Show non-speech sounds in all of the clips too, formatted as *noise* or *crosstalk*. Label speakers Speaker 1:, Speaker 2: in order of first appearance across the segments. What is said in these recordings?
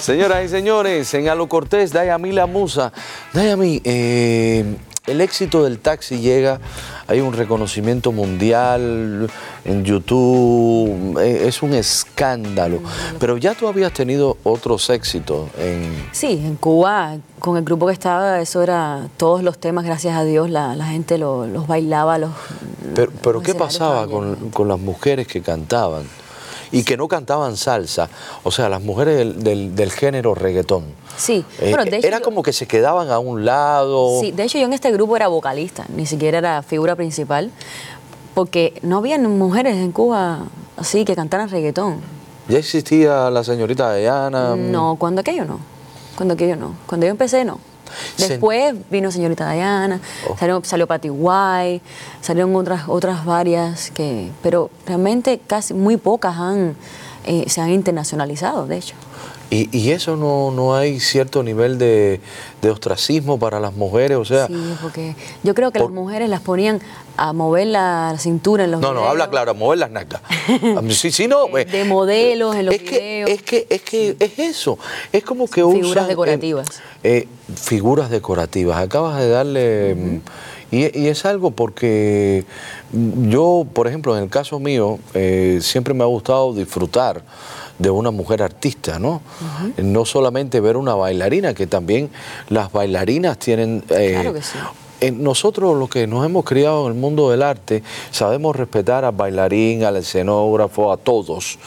Speaker 1: Señoras y señores, en Alo Cortés, Dayami la musa. Dayami, eh, el éxito del taxi llega, hay un reconocimiento mundial en YouTube, eh, es un escándalo. Pero ya tú habías tenido otros éxitos en...
Speaker 2: Sí, en Cuba, con el grupo que estaba, eso era todos los temas, gracias a Dios, la, la gente lo- los bailaba, los...
Speaker 1: Pero, pero
Speaker 2: los
Speaker 1: ¿qué
Speaker 2: escenarios
Speaker 1: pasaba
Speaker 2: estaban
Speaker 1: con,
Speaker 2: llenos.
Speaker 1: con las mujeres que cantaban y que no cantaban salsa? O sea, las mujeres del, del- del género reggaetón.
Speaker 2: Sí,
Speaker 1: Eh,
Speaker 2: bueno, de hecho
Speaker 1: era
Speaker 2: yo-
Speaker 1: como que se quedaban a un lado.
Speaker 2: Sí, de hecho yo en este grupo era vocalista, ni siquiera era figura principal, porque no había mujeres en Cuba así que cantaran reggaetón.
Speaker 1: Ya existía la señorita Dayana.
Speaker 2: No, cuando aquello no. Cuando aquello no. Cuando yo empecé, no.
Speaker 1: Se-
Speaker 2: Después vino Señorita Diana,
Speaker 1: Oh.
Speaker 2: salió, salió Patty White, salieron otras, otras varias que... Pero realmente casi muy pocas han, eh, se han internacionalizado, de hecho.
Speaker 1: Y, y eso no, no hay cierto nivel de, de ostracismo para las mujeres, o sea...
Speaker 2: sí, porque yo creo que
Speaker 1: por-
Speaker 2: las mujeres las ponían a mover la cintura en los
Speaker 1: No, no,
Speaker 2: videos,
Speaker 1: habla claro, mover las
Speaker 2: *laughs*
Speaker 1: nalgas. Sí, sí, no.
Speaker 2: De-
Speaker 1: eh,
Speaker 2: de modelos en los
Speaker 1: es que,
Speaker 2: videos.
Speaker 1: es que, es que es eso. Es como que
Speaker 2: Figuras
Speaker 1: usan, eh,
Speaker 2: decorativas.
Speaker 1: eh, figuras decorativas. Acabas de darle. mm, y, y es algo porque mm, yo, por ejemplo, en el caso mío, eh, siempre me ha gustado disfrutar de una mujer artista, ¿no? No solamente ver una bailarina, que también las bailarinas tienen eh,
Speaker 2: Claro que sí.
Speaker 1: eh, nosotros los que nos hemos criado en el mundo del arte sabemos respetar al bailarín, al escenógrafo, a todos,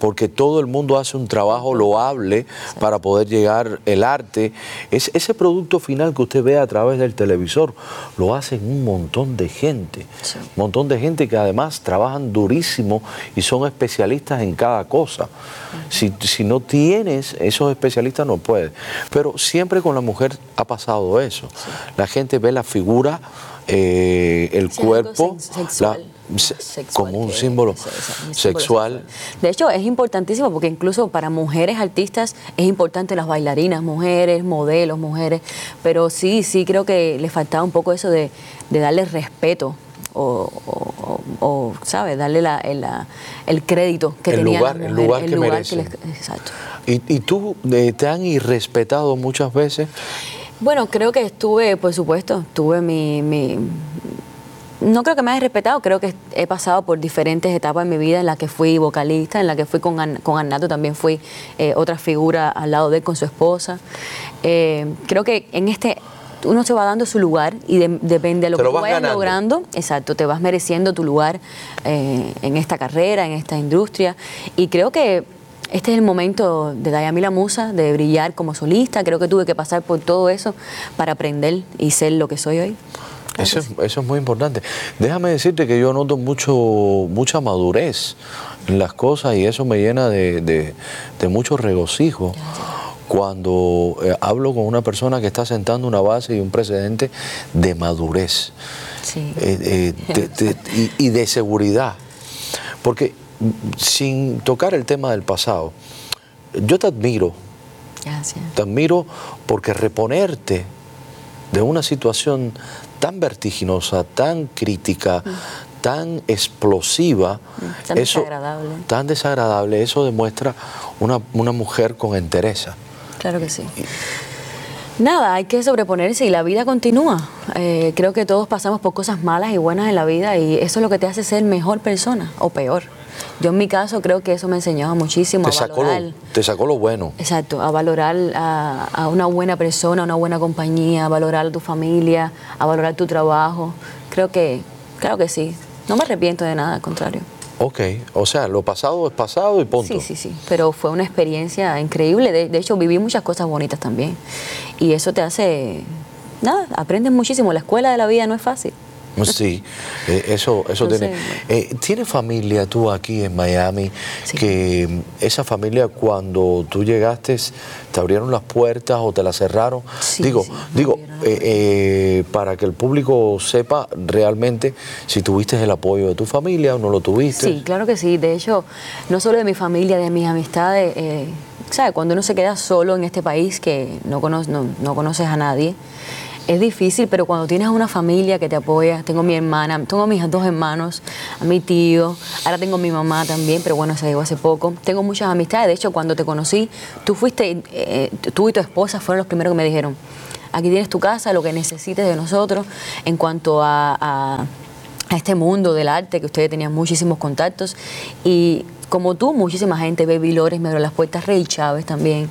Speaker 1: porque todo el mundo hace un trabajo loable para poder llegar el arte. Es, ese producto final que usted ve a través del televisor lo hacen un montón de gente,
Speaker 2: Sí.
Speaker 1: un montón de gente que además trabajan durísimo y son especialistas en cada cosa. Si, si no tienes esos especialistas no puedes. Pero siempre con la mujer ha pasado eso. La gente ve la figura, eh, el
Speaker 2: Sí, algo
Speaker 1: cuerpo,
Speaker 2: sen-
Speaker 1: la-
Speaker 2: sexual,
Speaker 1: se-
Speaker 2: más sexual
Speaker 1: como un
Speaker 2: que-
Speaker 1: símbolo
Speaker 2: sí, sí, un símbolo
Speaker 1: sexual.
Speaker 2: De hecho, es importantísimo porque incluso para mujeres artistas es importante las bailarinas, mujeres, modelos, mujeres, pero sí, sí creo que le faltaba un poco eso de, de darle respeto o, o- o- o, ¿sabes? Darle la- el, la- el crédito que
Speaker 1: El
Speaker 2: tenían las
Speaker 1: lugar- el
Speaker 2: mujeres,
Speaker 1: lugar que merecen.
Speaker 2: les- exacto.
Speaker 1: Y, y tú eh, te han irrespetado muchas veces.
Speaker 2: Bueno, creo que estuve, por supuesto, tuve mi, mi- No creo que me hayas respetado, creo que he pasado por diferentes etapas en mi vida en la que fui vocalista, en la que fui con, An- con Arnato, también fui eh, otra figura al lado de él con su esposa. Eh, creo que en este... Uno se va dando su lugar y de- depende de lo
Speaker 1: Te
Speaker 2: que
Speaker 1: lo
Speaker 2: tú
Speaker 1: vas
Speaker 2: vayas
Speaker 1: ganando.
Speaker 2: logrando, exacto, te vas mereciendo tu lugar eh, en esta carrera, en esta industria. Y creo que este es el momento de Dayamila Musa, de brillar como solista. Creo que tuve que pasar por todo eso para aprender y ser lo que soy hoy.
Speaker 1: Eso, es- eso es muy importante. Déjame decirte que yo noto mucho, mucha madurez en las cosas y eso me llena de, de- de mucho regocijo cuando eh, hablo con una persona que está sentando una base y un precedente de madurez
Speaker 2: Sí.
Speaker 1: eh, eh, de- de- y- y, de seguridad. Porque mm, sin tocar el tema del pasado, yo te admiro,
Speaker 2: Gracias.
Speaker 1: te admiro porque reponerte de una situación tan vertiginosa, tan crítica, tan explosiva,
Speaker 2: Mm. tan desagradable.
Speaker 1: tan desagradable, eso demuestra una, una mujer con entereza.
Speaker 2: Claro que sí. Nada, hay que sobreponerse y la vida continúa. Eh, creo que todos pasamos por cosas malas y buenas en la vida y eso es lo que te hace ser mejor persona o peor. Yo en mi caso creo que eso me enseñaba muchísimo
Speaker 1: Te
Speaker 2: a
Speaker 1: sacó,
Speaker 2: valorar.
Speaker 1: lo, te sacó lo bueno.
Speaker 2: Exacto, a valorar a, a una buena persona, a una buena compañía, a valorar a tu familia, a valorar tu trabajo. Creo que, claro que sí. No me arrepiento de nada, al contrario.
Speaker 1: Ok, o sea, lo pasado es pasado y punto.
Speaker 2: Sí, sí, sí. Pero fue una experiencia increíble. De, de hecho, viví muchas cosas bonitas también. Y eso te hace, nada, aprendes muchísimo. La escuela de la vida no es fácil.
Speaker 1: *laughs* Sí, eh, eso, eso
Speaker 2: No
Speaker 1: tiene.
Speaker 2: sé.
Speaker 1: Eh, ¿Tiene familia tú aquí en Miami?
Speaker 2: Sí.
Speaker 1: Que mm, esa familia cuando tú llegaste, ¿te abrieron las puertas o te las cerraron?
Speaker 2: Sí,
Speaker 1: digo,
Speaker 2: sí, me
Speaker 1: digo
Speaker 2: abrieron
Speaker 1: eh, eh, para que el público sepa realmente si tuviste el apoyo de tu familia o no lo tuviste.
Speaker 2: Sí, claro que sí. De hecho, no solo de mi familia, de mis amistades. Eh, ¿Sabes? Cuando uno se queda solo en este país que no, cono- no, no conoces a nadie, es difícil, pero cuando tienes una familia que te apoya, tengo mi hermana, tengo a mis dos hermanos, a mi tío, ahora tengo a mi mamá también, pero bueno, se llegó hace poco. Tengo muchas amistades, de hecho, cuando te conocí, tú fuiste, eh, tú y tu esposa fueron los primeros que me dijeron, aquí tienes tu casa, lo que necesites de nosotros en cuanto a, a a este mundo del arte, que ustedes tenían muchísimos contactos. Y como tú, muchísima gente, Baby Lores me abrió las puertas, Rey Chávez también.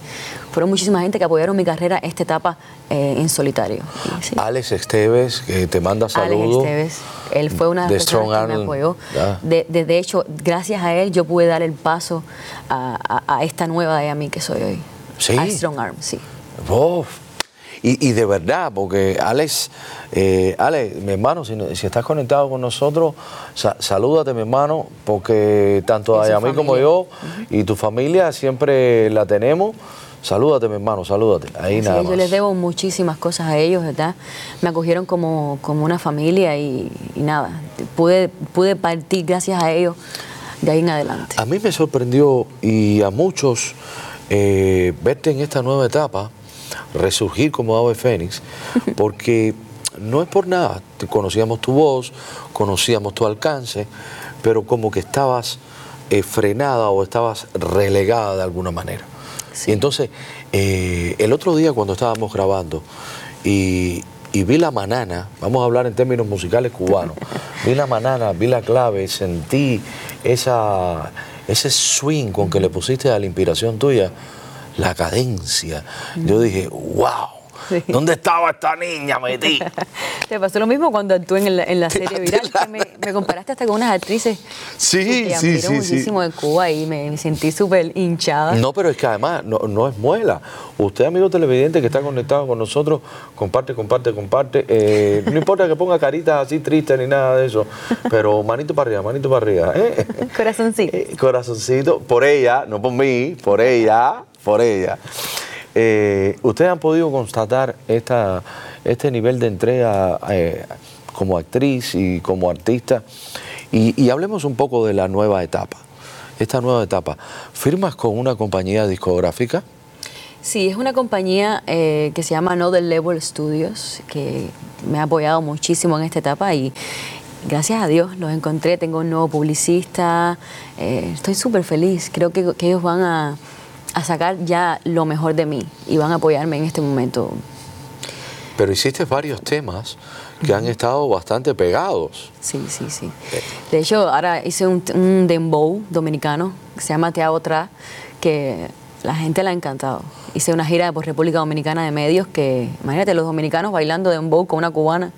Speaker 2: Fueron muchísima gente que apoyaron mi carrera esta etapa eh, en solitario.
Speaker 1: Sí. Alex Esteves, que te manda saludos.
Speaker 2: Alex Esteves, él fue una Ah, de las personas Strong que me apoyó. De, de, de, hecho, gracias a él yo pude dar el paso a, a, a esta nueva de a mí que soy hoy.
Speaker 1: Sí.
Speaker 2: A Strong Arm, sí.
Speaker 1: Oh. Y, y, de verdad, porque Alex, eh, Alex, mi hermano, si, si, estás conectado con nosotros, sa salúdate, mi hermano, porque tanto a mí como yo uh -huh. y tu familia siempre la tenemos. Salúdate, mi hermano, salúdate. Ahí Así nada más.
Speaker 2: Yo les debo muchísimas cosas a ellos, ¿verdad? Me acogieron como, como una familia y, y nada, pude, pude partir gracias a ellos de ahí en
Speaker 1: *laughs*
Speaker 2: adelante.
Speaker 1: A mí me sorprendió y a muchos eh, verte en esta nueva etapa resurgir como Ave Fénix, porque no es por nada, conocíamos tu voz, conocíamos tu alcance, pero como que estabas eh, frenada o estabas relegada de alguna manera. Sí. Y entonces, eh, el otro día cuando estábamos grabando y, y, vi la manana, vamos a hablar en términos musicales *laughs* cubanos, vi la manana, vi la clave, sentí esa, ese swing con que le pusiste a la inspiración tuya la cadencia. Yo dije, wow. Mm. Sí. ¿Dónde estaba esta niña metí?
Speaker 2: Te pasó lo mismo cuando actué en la, en
Speaker 1: *laughs*
Speaker 2: la serie viral. La... Que me, me, comparaste hasta con unas actrices
Speaker 1: sí,
Speaker 2: que
Speaker 1: sí, sí,
Speaker 2: muchísimo de Cuba y me, me sentí súper hinchada.
Speaker 1: No, pero es que además no, no, es muela. Usted, amigo televidente que está conectado con nosotros, comparte, comparte, comparte. Eh, no importa que ponga caritas así tristes ni nada de eso, pero manito para arriba, manito para arriba. ¿eh?
Speaker 2: Corazoncito. Eh,
Speaker 1: corazoncito, por ella, no por mí, por ella por ella. Eh, Ustedes han podido constatar esta, este nivel de entrega eh, como actriz y como artista. Y, y, hablemos un poco de la nueva etapa. Esta nueva etapa. ¿Firmas con una compañía discográfica?
Speaker 2: Sí, es una compañía eh, que se llama Another Level Studios, que me ha apoyado muchísimo en esta etapa y, gracias a Dios los encontré. Tengo un nuevo publicista, eh, estoy súper feliz. Creo que, que ellos van a, a sacar ya lo mejor de mí y van a apoyarme en este momento.
Speaker 1: Pero hiciste varios temas que han estado bastante pegados.
Speaker 2: Sí, sí, sí. De hecho, ahora hice un, un dembow dominicano que se llama Te hago otra, que la gente la ha encantado. Hice una gira por República Dominicana de medios que, imagínate, los dominicanos bailando dembow con una cubana.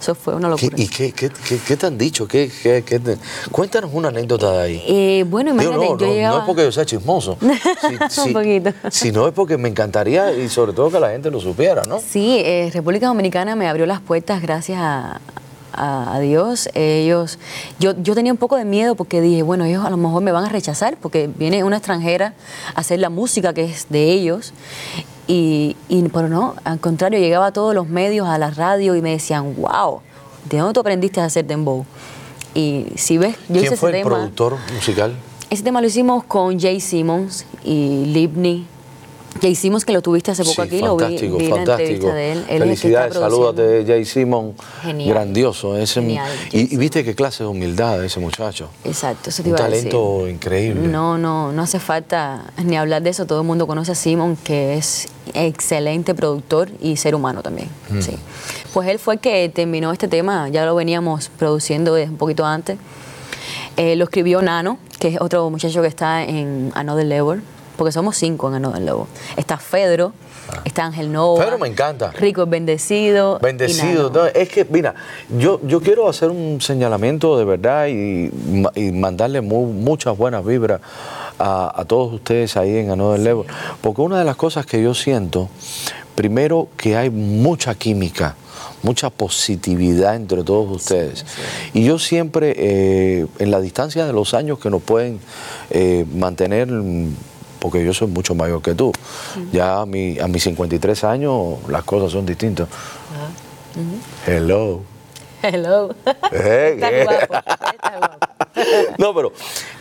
Speaker 2: Eso fue una locura.
Speaker 1: ¿Y qué, qué, qué, qué te han dicho? ¿Qué, te... Cuéntanos una anécdota de ahí.
Speaker 2: Eh, bueno, imagínate,
Speaker 1: Digo, no,
Speaker 2: yo
Speaker 1: no,
Speaker 2: llegaba...
Speaker 1: no es porque yo sea
Speaker 2: *laughs*
Speaker 1: chismoso.
Speaker 2: Si, si, Un poquito.
Speaker 1: Si no es porque me encantaría y sobre todo que la gente lo supiera, ¿no?
Speaker 2: Sí, eh, República Dominicana me abrió las puertas gracias a, a, Dios, ellos, yo, yo tenía un poco de miedo porque dije, bueno, ellos a lo mejor me van a rechazar porque viene una extranjera a hacer la música que es de ellos. Y, y pero no, al contrario, llegaba a todos los medios, a la radio y me decían, wow, ¿de dónde tú aprendiste a hacer dembow? Y si ves, yo
Speaker 1: ¿Quién
Speaker 2: hice
Speaker 1: fue
Speaker 2: ese
Speaker 1: el
Speaker 2: tema,
Speaker 1: productor musical?
Speaker 2: Ese tema lo hicimos con Jay Simmons y Libney que hicimos que lo tuviste hace poco
Speaker 1: sí,
Speaker 2: aquí,
Speaker 1: lo vi, vi
Speaker 2: la entrevista de él. él
Speaker 1: Felicidades,
Speaker 2: es el que está
Speaker 1: salúdate, Jay Simon.
Speaker 2: Genial.
Speaker 1: Grandioso. Ese,
Speaker 2: Genial,
Speaker 1: y, y, viste qué clase de humildad ese muchacho.
Speaker 2: Exacto, eso te
Speaker 1: Un
Speaker 2: iba a
Speaker 1: talento
Speaker 2: decir.
Speaker 1: increíble.
Speaker 2: No, no, no hace falta ni hablar de eso. Todo el mundo conoce a Simon, que es excelente productor y ser humano también. Mm. Sí. Pues él fue el que terminó este tema, ya lo veníamos produciendo desde un poquito antes. Eh, lo escribió Nano, que es otro muchacho que está en Another Level porque somos cinco en Another Lobo. Está Fedro, ah. está Ángel Nova.
Speaker 1: Fedro me encanta.
Speaker 2: Rico es bendecido.
Speaker 1: Bendecido. No, es que, mira, yo, yo quiero hacer un señalamiento de verdad y, y mandarle muy, muchas buenas vibras a, a, todos ustedes ahí en Another Level. Porque una de las cosas que yo siento, primero, que hay mucha química mucha positividad entre todos ustedes. Sí, sí. Y yo siempre, eh, en la distancia de los años que nos pueden eh, mantener porque yo soy mucho mayor que tú. Uh -huh. Ya a, mi, a mis 53 años las cosas son distintas. Uh -huh. Hello.
Speaker 2: *laughs* Hello.
Speaker 1: Eh,
Speaker 2: Estás guapo. Estás guapo.
Speaker 1: no, pero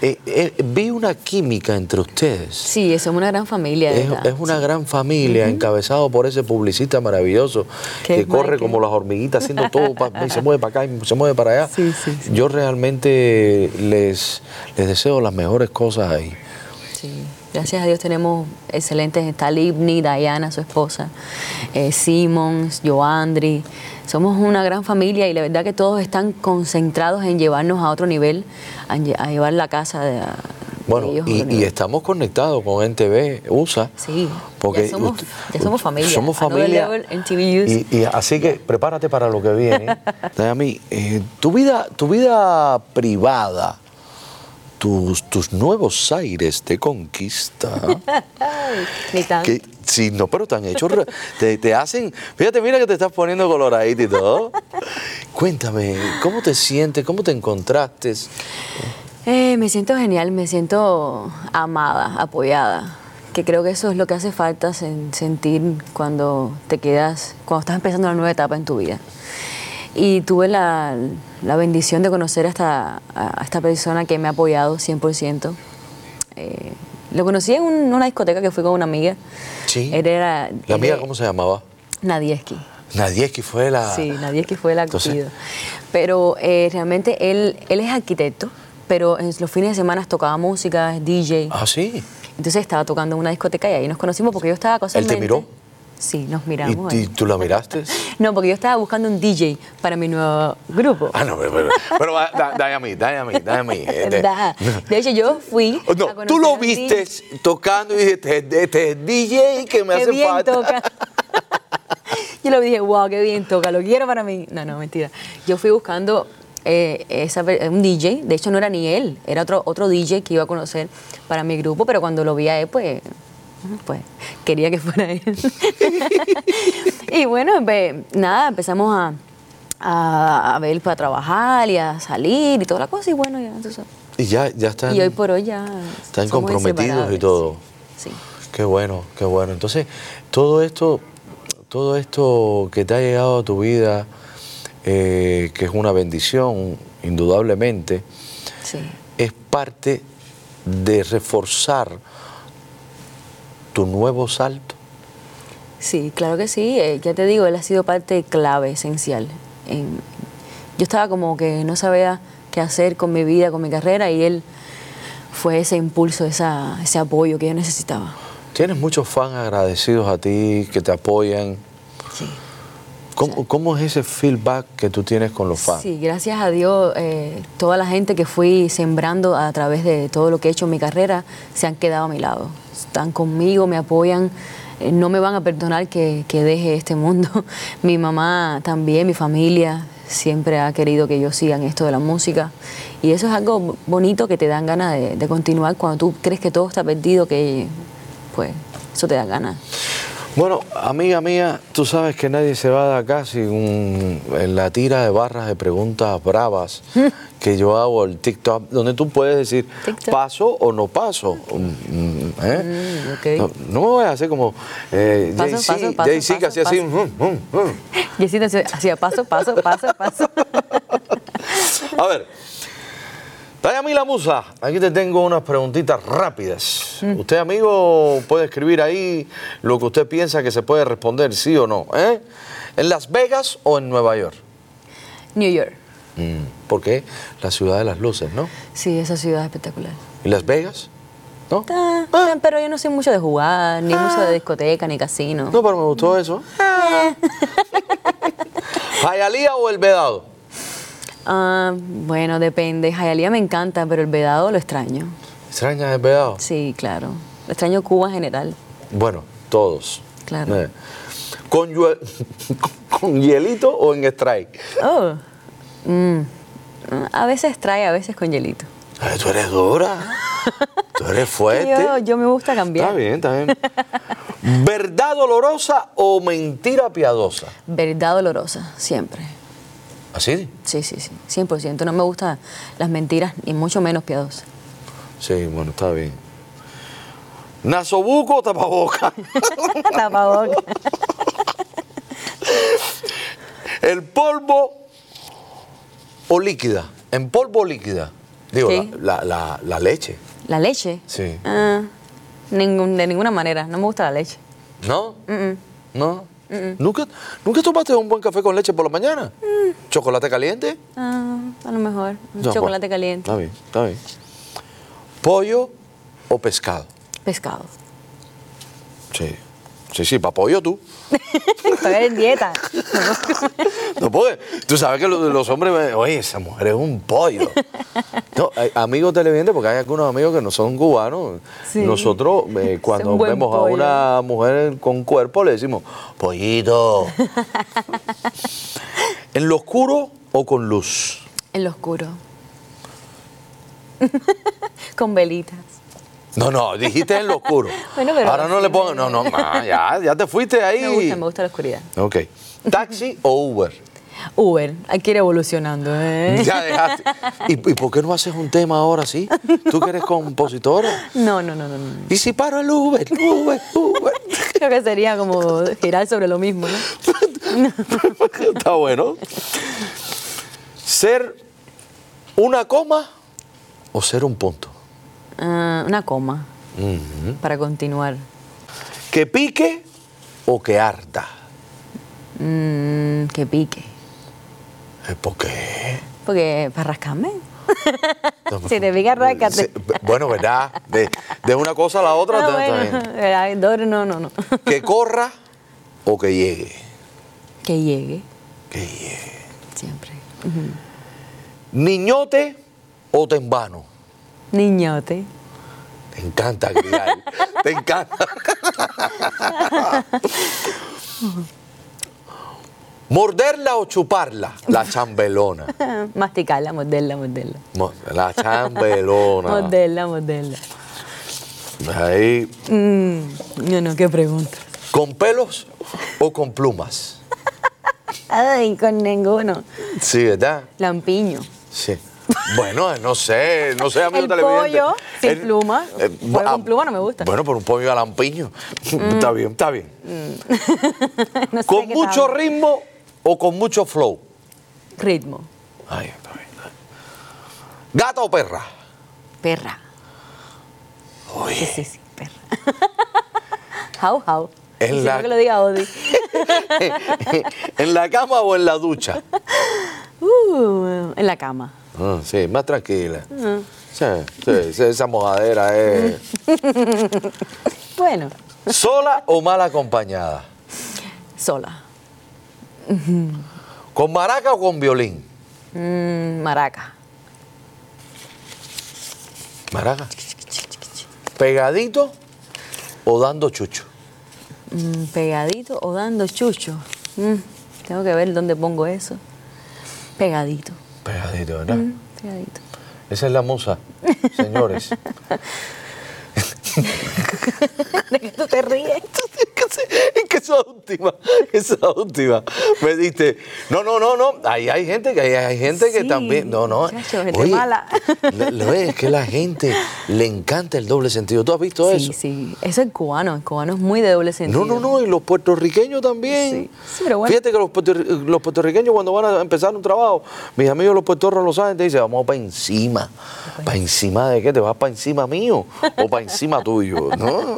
Speaker 1: eh, eh, vi una química entre ustedes.
Speaker 2: Sí, somos una gran familia. de
Speaker 1: Es,
Speaker 2: verdad.
Speaker 1: es una gran familia encabezado por ese publicista maravilloso
Speaker 2: Que
Speaker 1: que
Speaker 2: es
Speaker 1: corre
Speaker 2: Michael.
Speaker 1: como las hormiguitas haciendo todo pa- y se mueve para acá y se mueve para allá.
Speaker 2: Sí, sí, sí.
Speaker 1: Yo realmente les, les deseo las mejores cosas ahí.
Speaker 2: Sí. Gracias a Dios tenemos excelentes, está Libni, Diana, su esposa, eh, Simmons, Joandri. Somos una gran familia y la verdad que todos están concentrados en llevarnos a otro nivel, a, lle- a llevar la casa de, de
Speaker 1: Bueno,
Speaker 2: ellos a
Speaker 1: y,
Speaker 2: otro
Speaker 1: y
Speaker 2: nivel.
Speaker 1: estamos conectados con NTV, USA.
Speaker 2: Sí,
Speaker 1: porque
Speaker 2: ya somos,
Speaker 1: ut-
Speaker 2: ya somos familia.
Speaker 1: Somos
Speaker 2: Another
Speaker 1: familia.
Speaker 2: level en TV
Speaker 1: Y, y así que prepárate para lo que
Speaker 2: *laughs*
Speaker 1: viene. Dayami, eh, tu, vida, tu vida privada, tus, tus nuevos aires de
Speaker 2: *laughs*
Speaker 1: conquista.
Speaker 2: Ay, ni tanto.
Speaker 1: Que, sí, no, pero te han hecho. re- Te, te hacen. Fíjate, mira que te estás poniendo coloradito y todo. Cuéntame, ¿cómo te sientes? ¿Cómo te encontraste?
Speaker 2: Eh, me siento genial, me siento amada, apoyada, que creo que eso es lo que hace falta sen- sentir cuando te quedas, cuando estás empezando una nueva etapa en tu vida. Y tuve la, la bendición de conocer a esta, a esta persona que me ha apoyado 100%. Eh, lo conocí en un- una discoteca que fui con una amiga.
Speaker 1: Sí.
Speaker 2: Él era...
Speaker 1: ¿La
Speaker 2: él
Speaker 1: amiga
Speaker 2: era-
Speaker 1: cómo se llamaba?
Speaker 2: Nadieski.
Speaker 1: Nadieski fue la.
Speaker 2: Sí, nadie es que fue el
Speaker 1: Ah. Entonces-
Speaker 2: acogido. Pero eh, realmente él, él es arquitecto, pero en los fines de semana tocaba música, es DJ.
Speaker 1: Ah, sí.
Speaker 2: Entonces estaba tocando en una discoteca y ahí nos conocimos porque yo estaba casualmente...
Speaker 1: miró?
Speaker 2: Sí, nos miramos.
Speaker 1: ¿Y, y
Speaker 2: ahí.
Speaker 1: tú la
Speaker 2: *laughs*
Speaker 1: miraste?
Speaker 2: No, porque yo estaba buscando un DJ para mi nuevo grupo.
Speaker 1: Ah, no, pero. Pero, pero va- da- dale a mí, dale a mí, dale a
Speaker 2: *laughs*
Speaker 1: mí. Eh, de-
Speaker 2: ¿Verdad? De hecho, yo fui.
Speaker 1: *laughs*
Speaker 2: a
Speaker 1: No,
Speaker 2: conocer
Speaker 1: tú
Speaker 2: a
Speaker 1: lo
Speaker 2: un DJ.
Speaker 1: viste tocando y dijiste, este, este es DJ que me
Speaker 2: qué
Speaker 1: hace
Speaker 2: bien
Speaker 1: falta.
Speaker 2: toca. *laughs* yo lo dije, wow, qué bien toca, lo quiero para mí. No, no, mentira. Yo fui buscando eh, esa per- un DJ, de hecho no era ni él, era otro, otro DJ que iba a conocer para mi grupo, pero cuando lo vi a él, pues, pues quería que fuera él. *laughs* y bueno, empe- nada, empezamos a, a, a ver para trabajar y a salir y toda la cosa, y bueno, ya, tú sabes.
Speaker 1: Y ya, ya están.
Speaker 2: Y hoy por hoy ya.
Speaker 1: Están
Speaker 2: somos
Speaker 1: comprometidos y
Speaker 2: inseparables,
Speaker 1: todo.
Speaker 2: Sí. sí.
Speaker 1: Qué bueno, qué bueno. Entonces, todo esto, todo esto que te ha llegado a tu vida, eh, que es una bendición, indudablemente,
Speaker 2: Sí.
Speaker 1: es parte de reforzar tu nuevo salto.
Speaker 2: Sí, claro que sí. eh, ya te digo, él ha sido parte clave, esencial. En- yo estaba como que no sabía qué hacer con mi vida, con mi carrera, y él fue ese impulso, esa, ese apoyo que yo necesitaba.
Speaker 1: Tienes muchos fans agradecidos a ti, que te apoyan.
Speaker 2: Sí.
Speaker 1: ¿Cómo, cómo es ese feedback que tú tienes con los fans?
Speaker 2: Sí, gracias a Dios, eh, toda la gente que fui sembrando a través de todo lo que he hecho en mi carrera se han quedado a mi lado. Están conmigo, me apoyan, eh, no me van a perdonar que, que deje este mundo. *laughs* Mi mamá también, mi familia, siempre ha querido que yo siga en esto de la música. Y eso es algo bonito que te dan ganas de, de continuar cuando tú crees que todo está perdido, que pues eso te da ganas.
Speaker 1: Bueno, amiga mía, tú sabes que nadie se va de acá sin un- en la tira de barras de preguntas
Speaker 2: *laughs*
Speaker 1: bravas que yo hago el TikTok, donde tú puedes decir
Speaker 2: TikTok.
Speaker 1: paso o no paso. Mm, mm, ¿eh?
Speaker 2: Mm, ok.
Speaker 1: no, no me voy a hacer como eh,
Speaker 2: Paso,
Speaker 1: Jay-Z,
Speaker 2: paso, paso,
Speaker 1: Jay-Z que
Speaker 2: paso,
Speaker 1: hacía así. mm, mm, mm.
Speaker 2: Yesita hacía- hacía paso, paso, paso, paso.
Speaker 1: A ver, Dayami la Musa, Mm. aquí te tengo unas preguntitas rápidas. Usted, amigo, puede escribir ahí lo que usted piensa que se puede responder, sí o no. ¿eh? ¿En Las Vegas o en Nueva York?
Speaker 2: New York.
Speaker 1: Mm, Porque la ciudad de las luces, ¿no?
Speaker 2: Sí, esa ciudad es espectacular.
Speaker 1: ¿Y Las Vegas? ¿No?
Speaker 2: Ta- ta- Ah, Pero yo no soy mucho de jugar, ni mucho de discoteca, ni casino.
Speaker 1: No, pero me gustó *laughs* eso. ¿Jayalía o el vedado?
Speaker 2: Ah, bueno, depende. Jayalía me encanta, pero el vedado lo extraño.
Speaker 1: ¿Extrañas el vedado?
Speaker 2: Sí, claro. Lo extraño Cuba en general.
Speaker 1: Bueno, todos.
Speaker 2: Claro.
Speaker 1: Eh. ¿Con, yue- *laughs* ¿Con hielito o en strike?
Speaker 2: Oh. Mm. A veces trae, a veces con hielito.
Speaker 1: Ay, tú eres dura. Tú
Speaker 2: *laughs*
Speaker 1: eres fuerte.
Speaker 2: Yo, yo me gusta
Speaker 1: Está
Speaker 2: cambiar.
Speaker 1: bien, está
Speaker 2: *laughs*
Speaker 1: bien. ¿Verdad dolorosa o mentira piadosa?
Speaker 2: Verdad dolorosa, siempre.
Speaker 1: ¿Así?
Speaker 2: Sí, sí, sí. 100%. No me gustan las mentiras, ni mucho menos *laughs* piadosas.
Speaker 1: Sí, bueno, está bien. ¿Nasobuco o tapaboca? *laughs*
Speaker 2: Tapabocas.
Speaker 1: ¿El polvo o líquida? ¿En polvo o líquida? Digo,
Speaker 2: Sí.
Speaker 1: la, la- la- la leche.
Speaker 2: ¿La leche?
Speaker 1: Sí.
Speaker 2: Ah, ningún- de ninguna manera, no me gusta la leche.
Speaker 1: ¿No? ¿No? ¿Nunca, ¿Nunca tomaste un buen café con leche por la mañana?
Speaker 2: Mm.
Speaker 1: ¿Chocolate caliente?
Speaker 2: Ah, a lo mejor, un
Speaker 1: No,
Speaker 2: chocolate
Speaker 1: bueno,
Speaker 2: caliente,
Speaker 1: Está bien, está bien. ¿Pollo o pescado?
Speaker 2: pescado. *laughs*
Speaker 1: Sí. Sí, sí, para pollo tú.
Speaker 2: Estoy en dieta.
Speaker 1: No puede. Tú sabes que los, los hombres, me- oye, esa mujer es un pollo. No, hay amigos televidentes, porque hay algunos amigos que no son cubanos.
Speaker 2: Sí.
Speaker 1: Nosotros, eh,
Speaker 2: Es
Speaker 1: cuando
Speaker 2: un buen
Speaker 1: vemos
Speaker 2: pollo.
Speaker 1: a una mujer con cuerpo, le decimos,
Speaker 2: *laughs*
Speaker 1: pollito. ¿En lo oscuro o con luz?
Speaker 2: en lo oscuro. *laughs* Con velitas.
Speaker 1: No, no, dijiste en lo oscuro.
Speaker 2: *laughs* Bueno, pero
Speaker 1: Ahora no
Speaker 2: sí.
Speaker 1: le pongo. No, no, ma, ya, ya te fuiste ahí.
Speaker 2: Me gusta, me gusta la oscuridad.
Speaker 1: Ok. ¿Taxi o Uber?
Speaker 2: Uber, hay que ir evolucionando, ¿eh?
Speaker 1: Ya dejaste. ¿Y, y por qué no haces un tema ahora sí? Tú que eres compositora.
Speaker 2: No, no, no, no. no.
Speaker 1: ¿Y si paro el Uber? Uber, Uber. *laughs*
Speaker 2: Creo que sería como girar sobre lo mismo, ¿no?
Speaker 1: Está bueno. ¿Ser una coma o ser un punto?
Speaker 2: Ah, una coma para continuar.
Speaker 1: ¿Que pique o que arda?
Speaker 2: Mm, que pique.
Speaker 1: Eh, ¿Por qué?
Speaker 2: Porque para rascarme. si te pica,
Speaker 1: Sí,
Speaker 2: ráscate.
Speaker 1: Bueno, ¿verdad? De, de una cosa a la otra.
Speaker 2: Ah,
Speaker 1: está- está
Speaker 2: bueno,
Speaker 1: bien.
Speaker 2: *laughs* ay, Dor- no, no, no.
Speaker 1: ¿Que corra o que llegue?
Speaker 2: Que llegue,
Speaker 1: Que llegue.
Speaker 2: siempre.
Speaker 1: ¿Niñote o tembano?
Speaker 2: Niñote. *laughs*
Speaker 1: Te encanta criar. te encanta. ¿Morderla o chuparla? La chambelona.
Speaker 2: Masticarla, morderla, morderla.
Speaker 1: Mo- La
Speaker 2: *laughs*
Speaker 1: chambelona.
Speaker 2: Morderla, morderla.
Speaker 1: Ahí.
Speaker 2: Mm, no, no, qué pregunta.
Speaker 1: ¿Con pelos o con plumas?
Speaker 2: Ay, con ninguno.
Speaker 1: Sí, ¿verdad?
Speaker 2: Lampiño.
Speaker 1: Sí. Bueno, no sé, no sé, amigo
Speaker 2: El
Speaker 1: televidente.
Speaker 2: pollo sin pluma, pollo
Speaker 1: ah,
Speaker 2: con pluma no me gusta. Mm.
Speaker 1: Bueno, pero un pollo alampiño. Está bien, está bien.
Speaker 2: *laughs* No sé
Speaker 1: ¿Con
Speaker 2: qué
Speaker 1: mucho
Speaker 2: tal.
Speaker 1: ritmo o con mucho flow?
Speaker 2: ritmo.
Speaker 1: Ay, está bien. ¿Gata o perra?
Speaker 2: Perra. Sí,
Speaker 1: Oye,
Speaker 2: sí, sí, perra. *laughs* How, how.
Speaker 1: Es
Speaker 2: Y si
Speaker 1: la-
Speaker 2: no que lo diga Odi.
Speaker 1: *laughs* ¿en la cama o en la
Speaker 2: *laughs*
Speaker 1: ducha?
Speaker 2: Uh, en la cama.
Speaker 1: Ah, sí, más tranquila.
Speaker 2: Ah.
Speaker 1: Sí, sí, sí, esa mojadera es.
Speaker 2: *laughs* Bueno,
Speaker 1: ¿Sola o mal acompañada?
Speaker 2: sola.
Speaker 1: ¿Con maraca o con violín?
Speaker 2: Mm, maraca.
Speaker 1: Maraca. ¿Pegadito o dando chucho?
Speaker 2: Mm, pegadito o dando chucho. Mm, tengo que ver dónde pongo eso. Pegadito. Mm,
Speaker 1: Pegadito, ¿verdad?
Speaker 2: Pegadito. *laughs*
Speaker 1: Esa es la musa, *laughs* señores.
Speaker 2: ¿De qué tú te ríes?
Speaker 1: Es que esa última, esa última, me diste. No, no, no, no. Ahí hay gente que hay, hay gente que
Speaker 2: Sí,
Speaker 1: también. No, no.
Speaker 2: muchachos, gente mala.
Speaker 1: le- lo es, es que la gente le encanta el doble sentido. ¿Tú has visto
Speaker 2: Sí,
Speaker 1: eso?
Speaker 2: sí. Eso es cubano. El cubano es muy de doble sentido.
Speaker 1: No, no, no, y los puertorriqueños también.
Speaker 2: Sí, sí, pero bueno.
Speaker 1: Fíjate que los, puertorri- los puertorriqueños cuando van a empezar un trabajo, mis amigos los puertorros lo saben, te dicen, vamos para encima. ¿Para encima de qué? ¿Te vas para encima mío o para encima
Speaker 2: *laughs*
Speaker 1: tuyo? ¿no?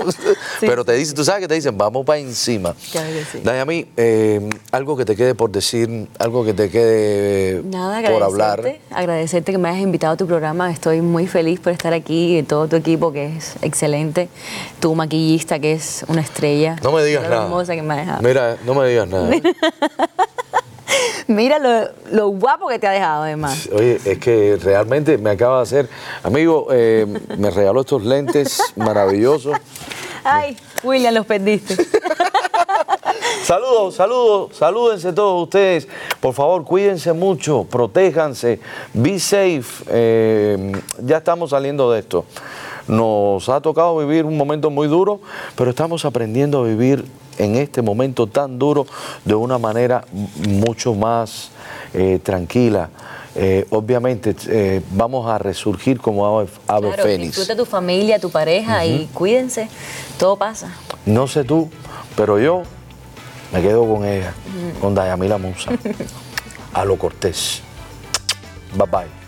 Speaker 1: pero te dicen, tú sabes que te dicen, vamos para encima.
Speaker 2: Claro que sí.
Speaker 1: Dayami, eh, algo que te quede por decir, algo que te quede eh,
Speaker 2: Nada,
Speaker 1: por
Speaker 2: agradecerte,
Speaker 1: hablar.
Speaker 2: agradecerte que me hayas invitado a tu programa. Estoy muy feliz por estar aquí y todo tu equipo que es excelente. Tu maquillista que es una estrella.
Speaker 1: No me digas
Speaker 2: Lo
Speaker 1: nada.
Speaker 2: hermosa que me ha dejado.
Speaker 1: Mira, no me digas
Speaker 2: *laughs*
Speaker 1: nada.
Speaker 2: Mira lo, lo guapo que te ha dejado además.
Speaker 1: Oye, es que realmente me acaba de hacer. Amigo, eh, me regaló estos lentes maravillosos.
Speaker 2: Ay, William, los perdiste.
Speaker 1: Saludos, saludos, salúdense todos ustedes. Por favor, cuídense mucho, protéjanse, be safe. Eh, ya estamos saliendo de esto. Nos ha tocado vivir un momento muy duro, pero estamos aprendiendo a vivir en este momento tan duro de una manera m- mucho más eh, tranquila. Eh, obviamente eh, vamos a resurgir como ave, ave
Speaker 2: Claro,
Speaker 1: fénix.
Speaker 2: disfruta tu familia, tu pareja y cuídense. Todo pasa.
Speaker 1: No sé tú, pero yo me quedo con ella, con Dayamila Musa, a lo cortés. Bye bye.